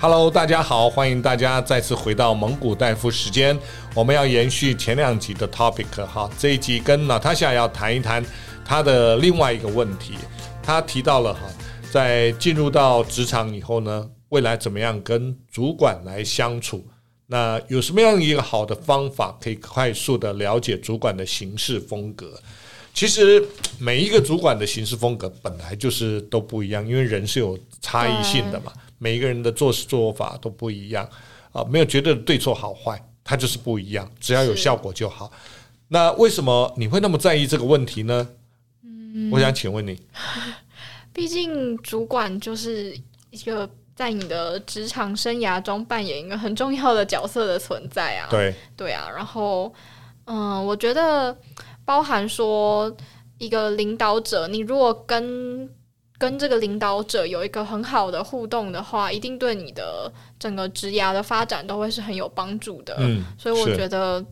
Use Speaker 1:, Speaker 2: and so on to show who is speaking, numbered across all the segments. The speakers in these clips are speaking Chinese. Speaker 1: Hello，大家好，欢迎大家再次回到蒙古大夫时间。我们要延续前两集的 topic 哈，这一集跟娜塔夏要谈一谈她的另外一个问题。她提到了哈，在进入到职场以后呢，未来怎么样跟主管来相处？那有什么样一个好的方法可以快速的了解主管的行事风格？其实每一个主管的行事风格本来就是都不一样，因为人是有差异性的嘛，每一个人的做事做法都不一样啊，没有绝对的对错好坏，它就是不一样，只要有效果就好。那为什么你会那么在意这个问题呢？
Speaker 2: 嗯
Speaker 1: 我想请问你，
Speaker 2: 毕竟主管就是一个在你的职场生涯中扮演一个很重要的角色的存在啊。
Speaker 1: 对
Speaker 2: 对啊，然后嗯，我觉得包含说一个领导者，你如果跟跟这个领导者有一个很好的互动的话，一定对你的整个职涯的发展都会是很有帮助的。
Speaker 1: 嗯，
Speaker 2: 呃所以我
Speaker 1: 是
Speaker 2: 觉得，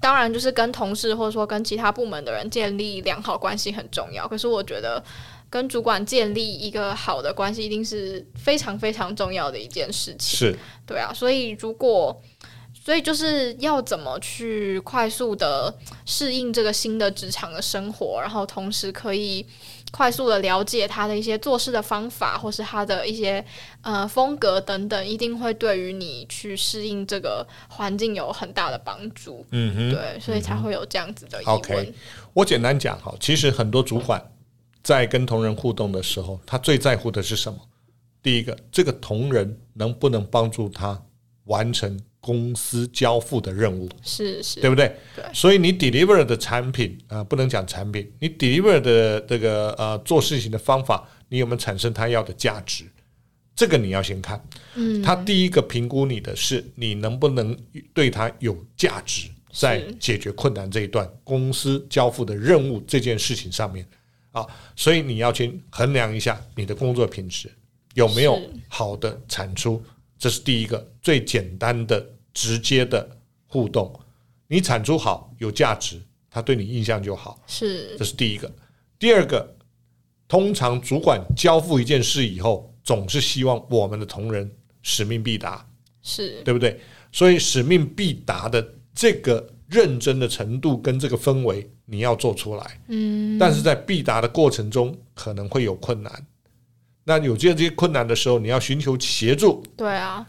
Speaker 2: 当然就是跟同事或者说跟其他部门的人建立良好关系很重要。可是我觉得，跟主管建立一个好的关系，一定是非常非常重要的一件事情。
Speaker 1: 是
Speaker 2: 对啊，所以如果所以就是要怎么去快速的适应这个新的职场的生活，然后同时可以快速的了解他的一些做事的方法，或是他的一些呃风格等等，一定会对于你去适应这个环境有很大的帮助。
Speaker 1: 嗯哼。
Speaker 2: 对，所以才会有这样子的疑问。
Speaker 1: OK 我简单讲哈，其实很多主管在跟同仁互动的时候，他最在乎的是什么？第一个，这个同仁能不能帮助他完成公司交付的任务，
Speaker 2: 是是，
Speaker 1: 对不对？
Speaker 2: 对
Speaker 1: 所以你 deliver 的产品啊、呃不能讲产品，你 deliver 的这个呃做事情的方法，你有没有产生他要的价值？这个你要先看。
Speaker 2: 嗯，
Speaker 1: 他第一个评估你的是你能不能对他有价值，在解决困难这一段公司交付的任务这件事情上面啊，所以你要去衡量一下你的工作品质有没有
Speaker 2: 是
Speaker 1: 好的产出，这是第一个最简单的、直接的互动。你产出好、有价值，他对你印象就好。
Speaker 2: 是
Speaker 1: 这是第一个。第二个，通常主管交付一件事以后，总是希望我们的同仁使命必达，
Speaker 2: 是
Speaker 1: 对不对？所以使命必达的这个认真的程度跟这个氛围，你要做出来。
Speaker 2: 嗯，
Speaker 1: 但是在必达的过程中，可能会有困难。那有这些困难的时候，你要寻求协助，
Speaker 2: 对啊，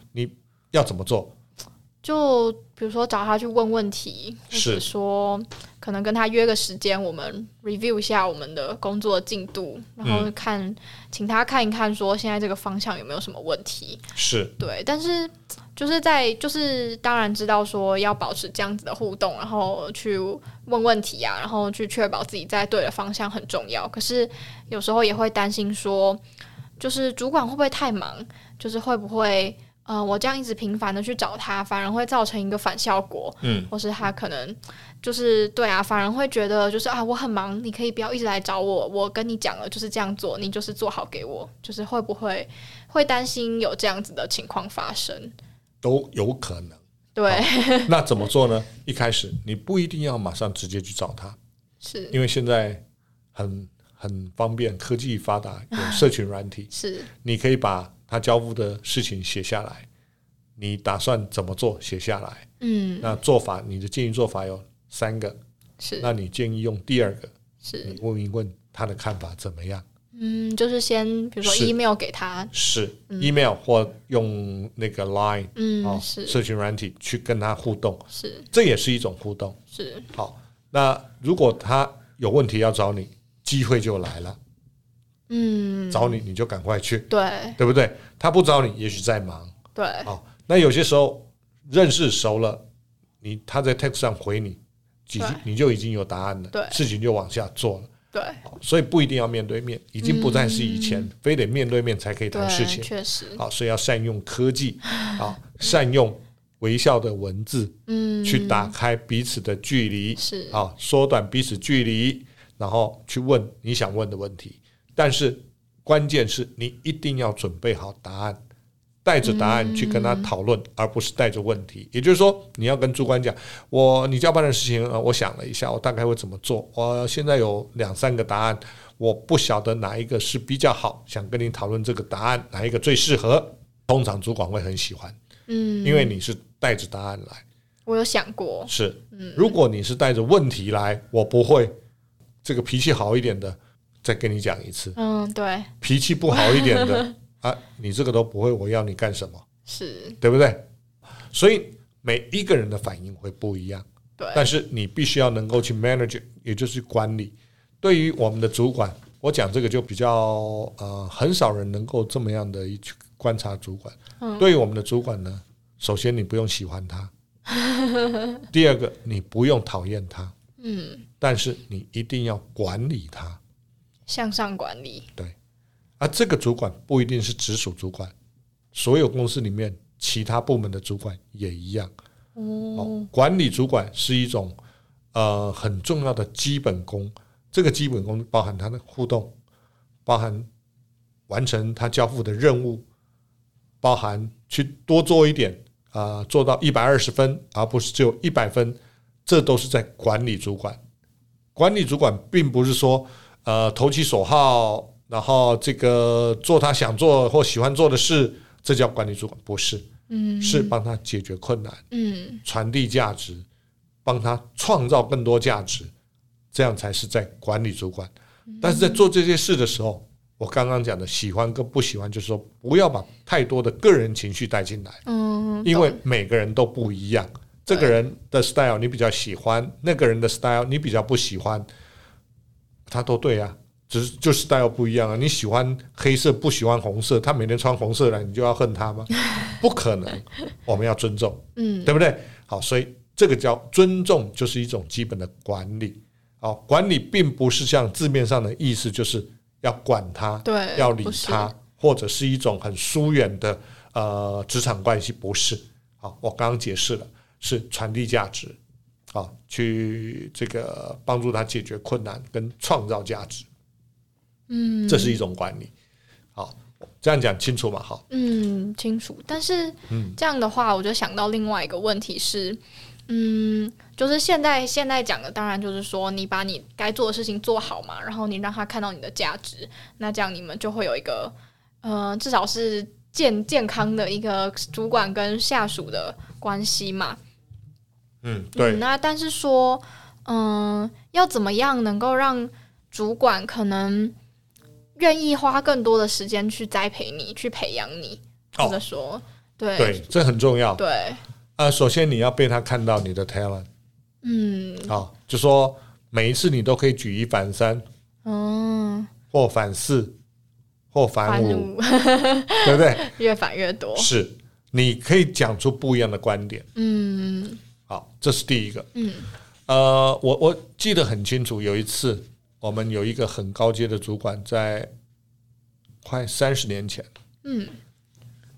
Speaker 1: 要怎么做？
Speaker 2: 就比如说找他去问问题，或
Speaker 1: 是
Speaker 2: 者说可能跟他约个时间，我们 review 一下我们的工作进度，然后看、请他看一看说现在这个方向有没有什么问题。
Speaker 1: 是
Speaker 2: 对，但是就是在就是当然知道说要保持这样子的互动，然后去问问题啊，然后去确保自己在对的方向很重要。可是有时候也会担心说，就是主管会不会太忙，就是会不会呃我这样一直频繁的去找他，反而会造成一个反效果，
Speaker 1: 嗯，
Speaker 2: 或是他可能就是对啊，反而会觉得就是啊我很忙，你可以不要一直来找我，我跟你讲了就是这样做，你就是做好给我，就是会不会会担心有这样子的情况发生？
Speaker 1: 都有可 能。
Speaker 2: 对，
Speaker 1: 那怎么做呢？一开始你不一定要马上直接去找他，
Speaker 2: 是
Speaker 1: 因为现在很很方便，科技发达，有社群软 体，
Speaker 2: 是
Speaker 1: 你可以把他交付的事情写下来，你打算怎么做写下来。
Speaker 2: 嗯
Speaker 1: 那做法，你的建议做法有三个，
Speaker 2: 是
Speaker 1: 那你建议用第二个，
Speaker 2: 是
Speaker 1: 你问一问他的看法怎么样？
Speaker 2: 嗯，就是先比如说
Speaker 1: 是
Speaker 2: email 给他，
Speaker 1: 是 email 或用那个 Line
Speaker 2: 嗯、
Speaker 1: 啊、
Speaker 2: 是
Speaker 1: 社群软体去跟他互动，
Speaker 2: 是
Speaker 1: 这也是一种互动。
Speaker 2: 是
Speaker 1: 好，那如果他有问题要找你，机会就来了，
Speaker 2: 嗯
Speaker 1: 找你你就赶快去。
Speaker 2: 对
Speaker 1: 对不对？他不找你，也许在忙
Speaker 2: 对
Speaker 1: 哦。那有些时候认识熟了，你他在 text 上回你几句
Speaker 2: 对，
Speaker 1: 你就已经有答案了，
Speaker 2: 对
Speaker 1: 事情就往下做了、
Speaker 2: 对
Speaker 1: 哦所以不一定要面对面，已经不再是以前、非得面对面才可以谈事
Speaker 2: 嗯对，
Speaker 1: 情。
Speaker 2: 确实
Speaker 1: 好、啊所以要善用科技，好、善用微笑的文字
Speaker 2: 嗯
Speaker 1: 去打开彼此的距离，
Speaker 2: 是
Speaker 1: 好、啊缩短彼此距离，然后去问你想问的问题。但是关键是你一定要准备好答案，带着答案去跟他讨论，而不是带着问题。也就是说，你要跟主管讲，我你交办的事情，呃，我想了一下，我大概会怎么做。我现在有两三个答案，我不晓得哪一个是比较好，想跟你讨论这个答案，哪一个最适合。通常主管会很喜欢，
Speaker 2: 嗯，
Speaker 1: 因为你是带着答案来。
Speaker 2: 我有想过，
Speaker 1: 是，如果你是带着问题来，我不会。这个脾气好一点的，再跟你讲一次；
Speaker 2: 嗯，对，
Speaker 1: 脾气不好一点的啊，你这个都不会，我要你干什么？
Speaker 2: 是，
Speaker 1: 对不对？所以每一个人的反应会不一样，
Speaker 2: 对，
Speaker 1: 但是你必须要能够去 manage，也就是管理。对于我们的主管，我讲这个就比较呃，很少人能够这么样的去观察主管。
Speaker 2: 嗯
Speaker 1: 对于我们的主管呢，首先你不用喜欢 他，第二个你不用讨厌他，
Speaker 2: 嗯，
Speaker 1: 但是你一定要管理他。
Speaker 2: 向上管理，
Speaker 1: 啊，这个主管不一定是直属主管，所有公司里面其他部门的主管也一样。哦，管理主管是一种呃很重要的基本功，这个基本功包含他的互动，包含完成他交付的任务，包含去多做一点啊、做到一百二十分，而不是只有一百分，这都是在管理主管。管理主管并不是说呃投其所好，然后这个做他想做或喜欢做的事，这叫管理主管，不是，
Speaker 2: 嗯，
Speaker 1: 是帮他解决困难。
Speaker 2: 嗯，
Speaker 1: 传递价值，帮他创造更多价值，这样才是在管理主管。但是在做这些事的时候，我刚刚讲的喜欢跟不喜欢，就是说不要把太多的个人情绪带进来，
Speaker 2: 嗯，
Speaker 1: 因为
Speaker 2: 懂
Speaker 1: 每个人都不一样。这个人的 style 你比较喜欢，那个人的 style 你比较不喜欢，他都对啊，只是就 style 不一样啊。你喜欢黑色，不喜欢红色，他每天穿红色来，你就要恨他 吗？不可能，我们要尊重。
Speaker 2: 嗯，
Speaker 1: 对不对？好，所以这个叫尊重，就是一种基本的管理。好，管理并不是像字面上的意思，就是要管他，
Speaker 2: 对，
Speaker 1: 要理
Speaker 2: 不是
Speaker 1: 他，，或者是一种很疏远的呃职场关系，不是。好，我刚刚解释了，是传递价值，啊，去这个帮助他解决困难跟创造价值，
Speaker 2: 嗯，
Speaker 1: 这是一种管理。好，这样讲清楚嘛？好，
Speaker 2: 嗯，清楚。但是
Speaker 1: 嗯
Speaker 2: 这样的话，我就想到另外一个问题是，嗯，就是现在现在讲的，当然就是说你把你该做的事情做好嘛，然后你让他看到你的价值，那这样你们就会有一个，呃，至少是健健康的一个主管跟下属的关系嘛。
Speaker 1: 嗯，对
Speaker 2: 嗯，那但是说，嗯、要怎么样能够让主管可能愿意花更多的时间去栽培你，去培养你，
Speaker 1: 哦
Speaker 2: 或者说，对
Speaker 1: 对，这很重要。
Speaker 2: 对
Speaker 1: 啊，首先你要被他看到你的 talent。
Speaker 2: 嗯
Speaker 1: 啊、就说每一次你都可以举一反三，
Speaker 2: 嗯，
Speaker 1: 或反四，或
Speaker 2: 反
Speaker 1: 反五，
Speaker 2: 五
Speaker 1: 对不对？
Speaker 2: 越反越多，
Speaker 1: 是，你可以讲出不一样的观点。
Speaker 2: 嗯
Speaker 1: 好，这是第一个。
Speaker 2: 嗯
Speaker 1: 呃，我我记得很清楚，有一次我们有一个很高阶的主管，在快三十年前，
Speaker 2: 嗯，
Speaker 1: 因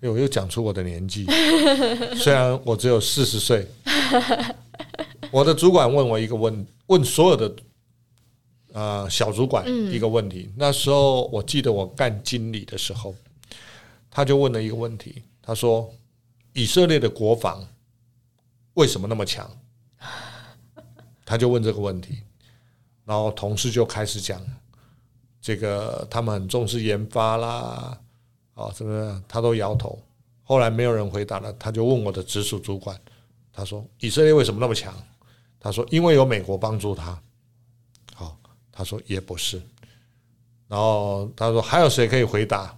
Speaker 1: 为我又讲出我的年纪， 虽然我只有四十岁，我的主管问我一个问，问所有的呃小主管
Speaker 2: 嗯
Speaker 1: 一个问题。那时候我记得我干经理的时候，他就问了一个问题，他说：“以色列的国防为什么那么强？”他就问这个问题，然后同事就开始讲，这个他们很重视研发啦，啊，什么他都摇头。后来没有人回答了，他就问我的直属主管，他说：“以色列为什么那么强？”他说：“因为有美国帮助他。”好，他说也不是。然后他说：“还有谁可以回答？”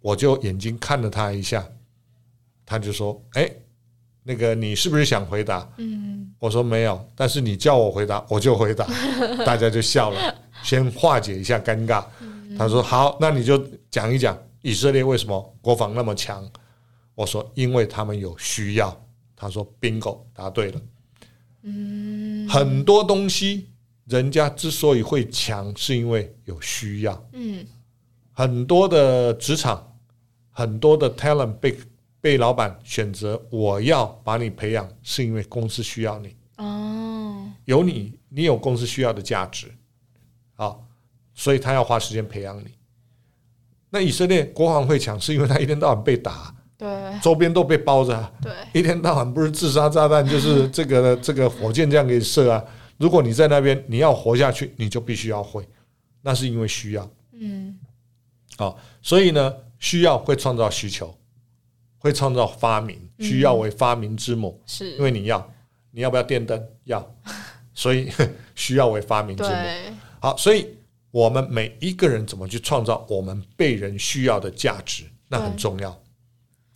Speaker 1: 我就眼睛看了他一下，他就说：“哎，那个你是不是想回答？”
Speaker 2: 嗯，
Speaker 1: 我说没有，但是你叫我回答，我就回答，大家就笑了，先化解一下尴尬。他说好，那你就讲一讲以色列为什么国防那么强。我说因为他们有需要。他说 bingo，答对了。嗯，很多东西人家之所以会强，是因为有需要。
Speaker 2: 嗯
Speaker 1: 很多的职场，很多的 talent 被被老板选择，我要把你培养，是因为公司需要你。
Speaker 2: 嗯哦，
Speaker 1: 有你，你有公司需要的价值，啊，所以他要花时间培养你。那以色列国防会强，是因为他一天到晚被打，
Speaker 2: 对
Speaker 1: 周边都被包着啊，
Speaker 2: 对，
Speaker 1: 一天到晚不是自杀炸弹，就是这个这个火箭这样给你射啊。如果你在那边，你要活下去，你就必须要会，那是因为需要。
Speaker 2: 嗯
Speaker 1: 所以呢，需要会创造需求，会创造发明，需要为发明之母，
Speaker 2: 是
Speaker 1: 因为你要，你要不要电灯？要，所以 需要为发明之母。
Speaker 2: 对，
Speaker 1: 好，所以我们每一个人怎么去创造我们被人需要的价值，那很
Speaker 2: 对
Speaker 1: 重要。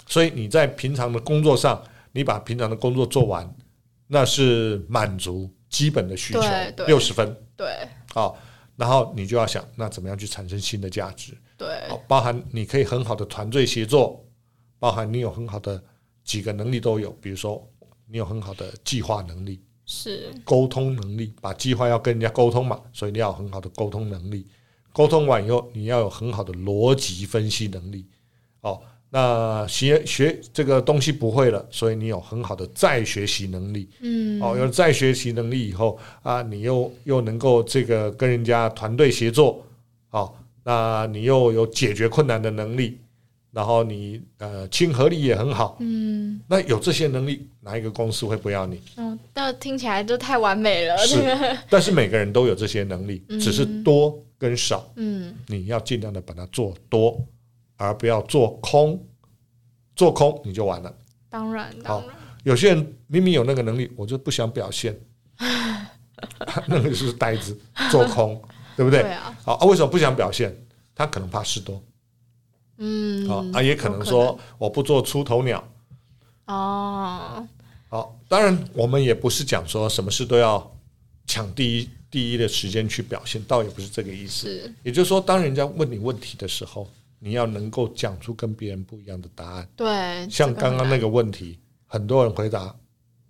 Speaker 1: 所以你在平常的工作上，你把平常的工作做完，那是满足基本的需求
Speaker 2: 对，对
Speaker 1: 六十分。
Speaker 2: 对，
Speaker 1: 好，然后你就要想，那怎么样去产生新的价值？
Speaker 2: 对，
Speaker 1: 好，包含你可以很好的团队协作，包含你有很好的几个能力都有，比如说你有很好的计划能力，
Speaker 2: 是，
Speaker 1: 沟通能力，把计划要跟人家沟通嘛，所以你要有很好的沟通能力。沟通完以后，你要有很好的逻辑分析能力。哦，那学学这个东西不会了，所以你有很好的再学习能力。
Speaker 2: 嗯，
Speaker 1: 哦，有了再学习能力以后啊，你又又能够这个跟人家团队协作，哦，那你又有解决困难的能力，然后你呃亲和力也很好。
Speaker 2: 嗯，
Speaker 1: 那有这些能力，哪一个公司会不要你？
Speaker 2: 哦，那听起来就太完美了，
Speaker 1: 是 但是每个人都有这些能力，
Speaker 2: 嗯
Speaker 1: 只是多跟少，
Speaker 2: 嗯，
Speaker 1: 你要尽量的把它做多，而不要做空。做空你就完了。
Speaker 2: 当然，
Speaker 1: 好
Speaker 2: 当然，
Speaker 1: 有些人明明有那个能力，我就不想表现， 那个就是呆子，做空， 对不对？
Speaker 2: 啊，
Speaker 1: 好啊，为什么不想表现？他可能怕事多
Speaker 2: 嗯，
Speaker 1: 啊，啊，也可能说我不做出头鸟。
Speaker 2: 哦，
Speaker 1: 好，当然我们也不是讲说什么事都要抢第一第一的时间去表现，倒也不是这个意思。
Speaker 2: 是，
Speaker 1: 也就是说，当人家问你问题的时候，你要能够讲出跟别人不一样的答案。
Speaker 2: 对，
Speaker 1: 像
Speaker 2: 嗯这个
Speaker 1: 刚刚
Speaker 2: 很难
Speaker 1: 那个问题，很多人回答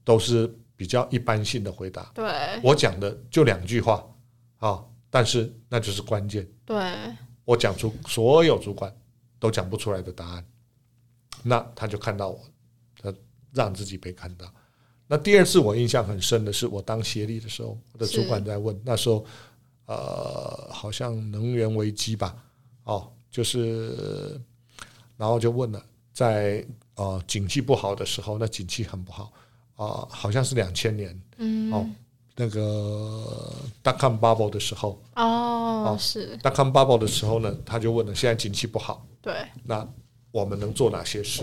Speaker 1: 都是比较一般性的回答，
Speaker 2: 对
Speaker 1: 我讲的就两句话啊，但是那就是关键，
Speaker 2: 对，
Speaker 1: 我讲出所有主管都讲不出来的答案，那他就看到我，他让自己被看到。那第二次我印象很深的是，我当协理的时候，我的
Speaker 2: 是
Speaker 1: 主管在问，那时候呃，好像能源危机吧，哦，就是，然后就问了，在呃景气不好的时候，那景气很不好啊、好像是两千年
Speaker 2: 嗯，
Speaker 1: 哦那个 dot com bubble 的时候
Speaker 2: 哦
Speaker 1: 哦，
Speaker 2: 是，
Speaker 1: ，dot com bubble 的时候呢，他就问了，现在景气不好。
Speaker 2: 对，
Speaker 1: 那我们能做哪些事？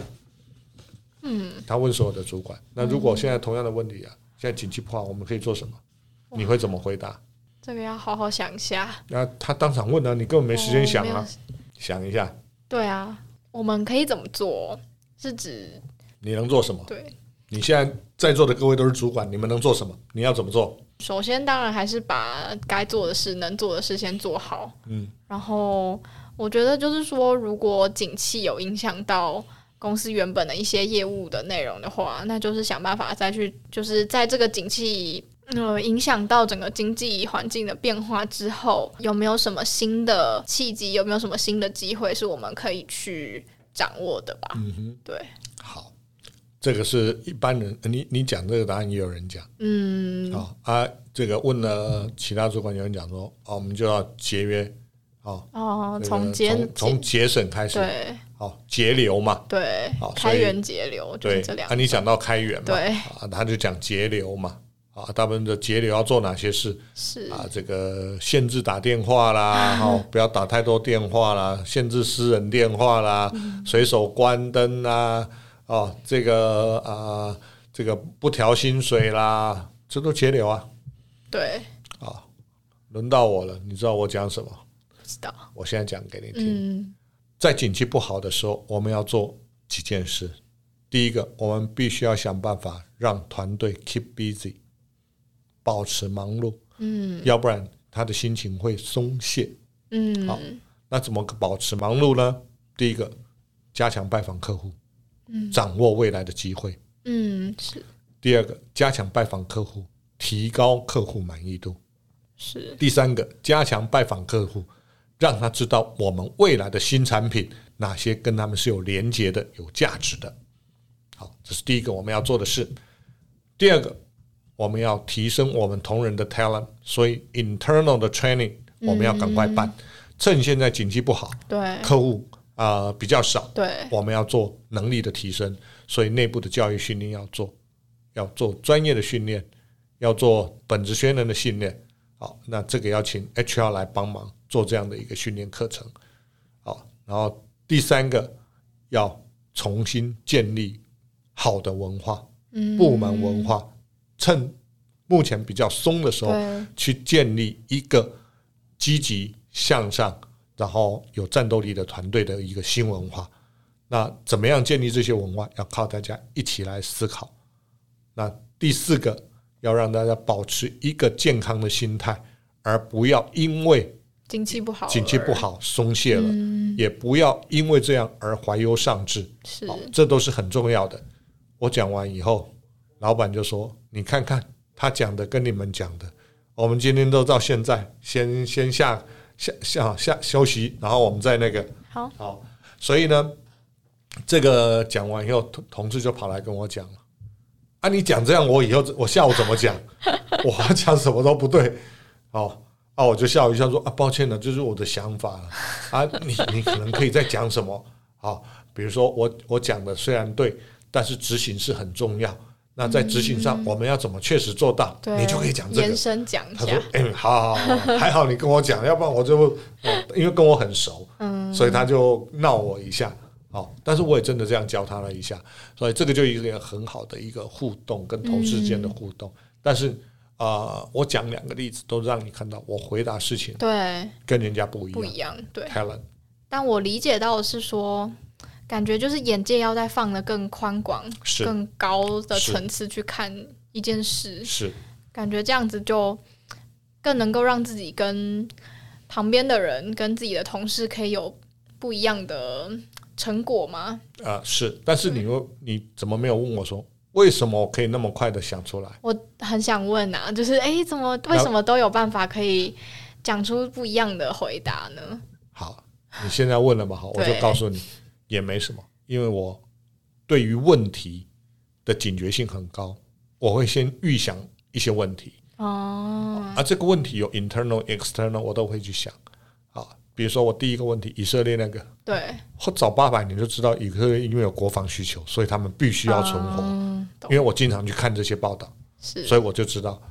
Speaker 1: 嗯，他问所有的主管，那如果现在同样的问题啊，现在景气不好，我们可以做什么？你会怎么回答？
Speaker 2: 这个要好好想一下，
Speaker 1: 那他当场问啊，你根本没时间
Speaker 2: 哦
Speaker 1: 想
Speaker 2: 没有
Speaker 1: 啊，想一下
Speaker 2: 对啊，我们可以怎么做？是指
Speaker 1: 你能做什么？
Speaker 2: 对，
Speaker 1: 你现在在座的各位都是主管，你们能做什么？你要怎么做？
Speaker 2: 首先当然还是把该做的事、能做的事先做好。
Speaker 1: 嗯，
Speaker 2: 然后我觉得就是说，如果景气有影响到公司原本的一些业务的内容的话，那就是想办法再去，就是在这个景气。呃，影响到整个经济环境的变化之后，有没有什么新的契机？有没有什么新的机会是我们可以去掌握的吧？
Speaker 1: 嗯哼，
Speaker 2: 对，
Speaker 1: 好，这个是一般人，呃你你讲这个答案也有人讲。
Speaker 2: 嗯，
Speaker 1: 啊、啊，这个问了其他主管，有人讲说，哦，我们就要节约，哦，
Speaker 2: 哦，
Speaker 1: 这个
Speaker 2: 从节
Speaker 1: 从从节省开始，
Speaker 2: 对
Speaker 1: 好节流嘛，
Speaker 2: 对
Speaker 1: 哦好所以
Speaker 2: 开源节流就
Speaker 1: 对
Speaker 2: 是这，两
Speaker 1: 啊，你讲到开源嘛，
Speaker 2: 对
Speaker 1: 啊，他就讲节流嘛，啊，大部分的节流要做哪些事
Speaker 2: 是
Speaker 1: 啊？这个限制打电话啦，哦，不要打太多电话啦，限制私人电话啦，
Speaker 2: 嗯
Speaker 1: 随手关灯啦，哦，这个啊、这个不调薪水啦，这都节流啊。
Speaker 2: 对，
Speaker 1: 啊，轮到我了，你知道我讲什么？
Speaker 2: 不知道，
Speaker 1: 我现在讲给你听。
Speaker 2: 嗯，
Speaker 1: 在景气不好的时候，我们要做几件事。第一个，我们必须要想办法让团队 keep busy，保持忙碌，
Speaker 2: 嗯
Speaker 1: 要不然他的心情会松懈。好
Speaker 2: 嗯，
Speaker 1: 那怎么保持忙碌呢？第一个，加强拜访客户，掌握未来的机会；
Speaker 2: 嗯，是
Speaker 1: 第二个，加强拜访客户，提高客户满意度。
Speaker 2: 是，
Speaker 1: 第三个，加强拜访客户，让他知道我们未来的新产品哪些跟他们是有连接的、有价值的。好，这是第一个我们要做的事。第二个，我们要提升我们同仁的 talent，所以 internal 的 training 我们要赶快办，趁现在景气不好，
Speaker 2: 对
Speaker 1: 客户啊、呃比较少，
Speaker 2: 对，
Speaker 1: 我们要做能力的提升，所以内部的教育训练要做，要做专业的训练，要做本职学能的训练。好，那这个要请 HR 来帮忙做这样的一个训练课程。好，然后第三个要重新建立好的文化，
Speaker 2: 嗯
Speaker 1: 部门文化，趁目前比较松的时候，
Speaker 2: 对，
Speaker 1: 去建立一个积极向上，然后有战斗力的团队的一个新文化。那怎么样建立这些文化，要靠大家一起来思考。那第四个，要让大家保持一个健康的心态，而不要因为
Speaker 2: 经济不好，
Speaker 1: 景气不，好松懈了，
Speaker 2: 嗯，
Speaker 1: 也不要因为这样而怀忧丧志。
Speaker 2: 是
Speaker 1: 好，这都是很重要的。我讲完以后，老板就说：“你看看他讲的跟你们讲的，我们今天都到现在，先先下下下下休息，然后我们再那个
Speaker 2: 好，
Speaker 1: 好。”所以呢，这个讲完以后，同同事就跑来跟我讲了：“啊，你讲这样，我以后我下午怎么讲？ 我讲什么都不对。”哦。啊，我就笑一笑说啊，抱歉了，这是我的想法了啊，你你可能可以再讲什么？好，比如说我我讲的虽然对，但是执行是很重要。那在执行上，我们要怎么确实做到？
Speaker 2: 对，
Speaker 1: 你就可以讲这个
Speaker 2: 延。伸讲一
Speaker 1: 他说
Speaker 2: 下，：“
Speaker 1: 哎、好好好，好还好你跟我讲，要不然我就、呃因为跟我很熟，
Speaker 2: 嗯，
Speaker 1: 所以他就闹我一下。好，但是我也真的这样教他了一下，所以这个就一个很好的一个互动，跟同事之间的互动。但是啊、呃我讲两个例子，都让你看到我回答事情
Speaker 2: 对，
Speaker 1: 跟人家不一
Speaker 2: 不
Speaker 1: 样。
Speaker 2: 一样，对。
Speaker 1: Talent，
Speaker 2: 但我理解到的是说，感觉就是眼界要再放得更宽广、
Speaker 1: 是
Speaker 2: 更高的
Speaker 1: 是
Speaker 2: 层次去看一件事，
Speaker 1: 是
Speaker 2: 感觉这样子就更能够让自己跟旁边的人、跟自己的同事可以有不一样的成果吗？
Speaker 1: 啊、呃是，但是你又你怎么没有问我说为什么我可以那么快的想出来？
Speaker 2: 我很想问啊，就是诶，怎么为什么都有办法可以讲出不一样的回答呢？
Speaker 1: 好，你现在问了吧？好，我就
Speaker 2: 对
Speaker 1: 告诉你，也没什么，因为我对于问题的警觉性很高，我会先预想一些问题，
Speaker 2: 哦，
Speaker 1: 啊，这个问题有 internal、external，我都会去想。啊，比如说我第一个问题，以色列那个，
Speaker 2: 对，
Speaker 1: 我早八百年就知道以色列因为有国防需求，所以他们必须要存活。
Speaker 2: 嗯懂
Speaker 1: 因为我经常去看这些报道，
Speaker 2: 是
Speaker 1: 所以我就知道。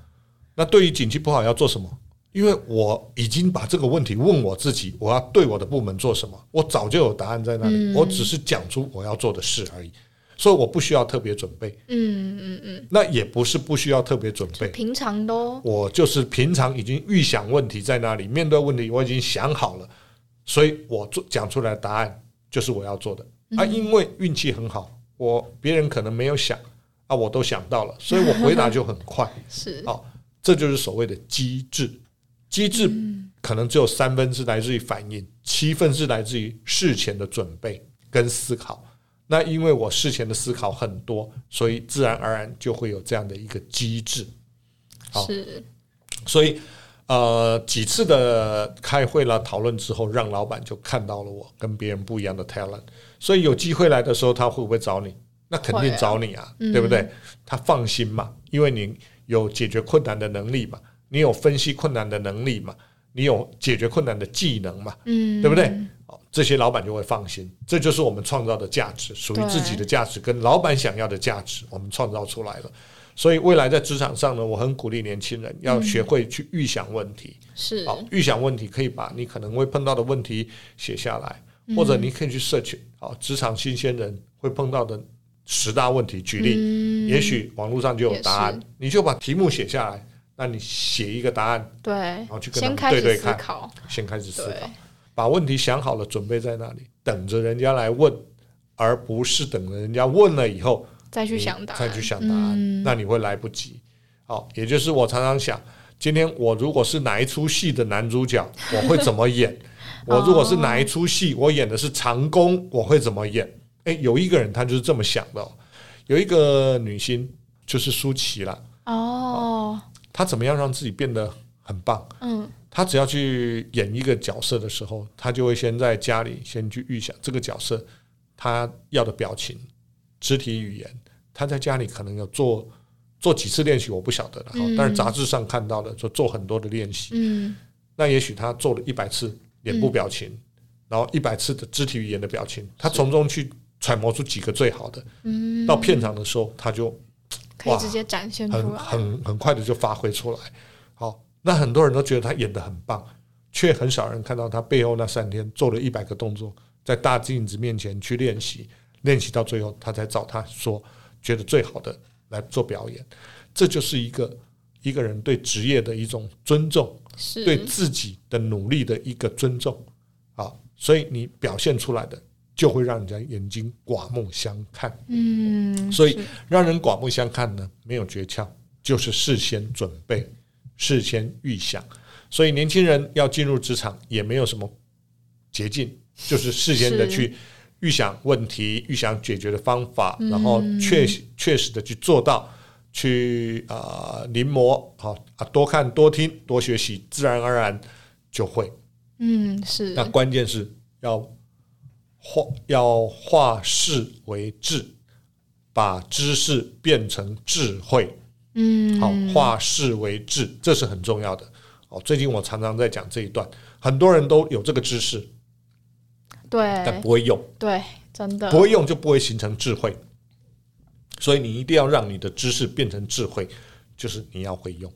Speaker 1: 那对于景气不好要做什么？因为我已经把这个问题问我自己，我要对我的部门做什么，我早就有答案在那里，我只是讲出我要做的事而已，所以我不需要特别准备。
Speaker 2: 嗯嗯嗯，
Speaker 1: 那也不是不需要特别准备，
Speaker 2: 平常都
Speaker 1: 我就是平常已经预想问题在那里，面对问题我已经想好了，所以我做讲出来的答案就是我要做的。啊，因为运气很好，我别人可能没有想啊，我都想到了，所以我回答就很快。
Speaker 2: 是
Speaker 1: 好、这就是所谓的机制。机制可能只有三分是来自于反应，七分是来自于事前的准备跟思考。那因为我事前的思考很多，所以自然而然就会有这样的一个机制。好
Speaker 2: 是，
Speaker 1: 所以，呃，几次的开会啦、讨论之后，让老板就看到了我跟别人不一样的 talent。所以有机会来的时候，他会不会找你？那肯
Speaker 2: 会
Speaker 1: 定
Speaker 2: 啊
Speaker 1: 找你啊，对不对？他放心嘛，因为你有解决困难的能力嘛，你有分析困难的能力嘛，你有解决困难的技能嘛，
Speaker 2: 嗯，
Speaker 1: 对不对？哦，这些老板就会放心，这就是我们创造的价值，属于自己的价值，跟老板想要的价值，我们创造出来了。所以未来在职场上呢，我很鼓励年轻人要学会去预想问题。
Speaker 2: 嗯是，
Speaker 1: 好，预想问题可以把你可能会碰到的问题写下来，
Speaker 2: 嗯
Speaker 1: 或者你可以去社群。好，职场新鲜人会碰到的十大问题，举例，
Speaker 2: 嗯
Speaker 1: 也许网络上就有答案
Speaker 2: 也，
Speaker 1: 你就把题目写下来，那你写一个答案，
Speaker 2: 对
Speaker 1: 然，后去跟他
Speaker 2: 先
Speaker 1: 们
Speaker 2: 开
Speaker 1: 对
Speaker 2: 始
Speaker 1: 对
Speaker 2: 思
Speaker 1: 看，
Speaker 2: 考，
Speaker 1: 先开始思考。
Speaker 2: 对，
Speaker 1: 把问题想好了，准备在那里，等着人家来问，而不是等着人家问了以后
Speaker 2: 再去
Speaker 1: 你
Speaker 2: 想答案，
Speaker 1: 嗯再去想答案，
Speaker 2: 嗯
Speaker 1: 那你会来不及。好，也就是我常常想，今天我如果是哪一出戏的男主角，我会怎么 演？我如果是哪一出戏，我演的是长工，我会怎么演？诶，有一个人他就是这么想的、哦，有一个女星就是舒淇啦，
Speaker 2: 哦，
Speaker 1: 她怎么样让自己变得很棒？
Speaker 2: 嗯，
Speaker 1: 他只要去演一个角色的时候，他就会先在家里先去预想这个角色他要的表情、肢体语言。他在家里可能有做做几次练习，我不晓得了哈。
Speaker 2: 嗯
Speaker 1: 但是杂志上看到的，就做很多的练习。
Speaker 2: 嗯，
Speaker 1: 那也许他做了一百次脸部表情，然后一百次的肢体语言的表情，他从中去揣摩出几个最好的。
Speaker 2: 嗯，
Speaker 1: 到片场的时候，他就
Speaker 2: 可以直接展现
Speaker 1: 很
Speaker 2: 出来，
Speaker 1: 很很快的就发挥出来。好，那很多人都觉得他演的很棒，却很少人看到他背后那三天做了一百个动作，在大镜子面前去练习，练习到最后，他才找他说觉得最好的来做表演。这就是一个一个人对职业的一种尊重，
Speaker 2: 是
Speaker 1: 对自己的努力的一个尊重啊。所以你表现出来的，就会让人家眼睛刮目相看。
Speaker 2: 嗯，
Speaker 1: 所以
Speaker 2: 是
Speaker 1: 让人刮目相看呢，没有诀窍，就是事先准备、事先预想。所以年轻人要进入职场也没有什么捷径，就是事先的
Speaker 2: 是
Speaker 1: 去预想问题、预想解决的方法，然后确确实的去做到，去啊、呃临摹，好啊，多看、多听、多学习，自然而然就会。
Speaker 2: 嗯是
Speaker 1: 那关键是要化要化事为智，把知识变成智慧。
Speaker 2: 嗯
Speaker 1: 好，化事为智，这是很重要的。哦，最近我常常在讲这一段，很多人都有这个知识，但
Speaker 2: 对
Speaker 1: 不会用，
Speaker 2: 对，真的
Speaker 1: 不会用就不会形成智慧。所以你一定要让你的知识变成智慧，就是你要会用。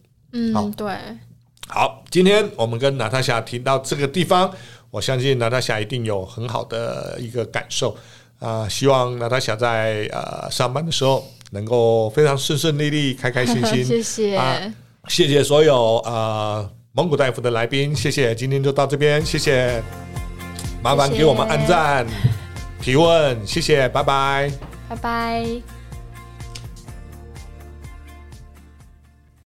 Speaker 1: 好
Speaker 2: 嗯对，
Speaker 1: 好，今天我们跟娜塔夏听到这个地方，我相信娜塔夏一定有很好的一个感受啊、希望娜塔夏在呃上班的时候能够非常顺顺利利、开开心心。
Speaker 2: 谢谢，
Speaker 1: 啊 谢谢所有呃蒙古大夫的来宾，谢谢，今天就到这边，谢谢，麻烦
Speaker 2: 谢谢
Speaker 1: 给我们按赞、提问，谢谢，拜拜。
Speaker 2: 拜拜。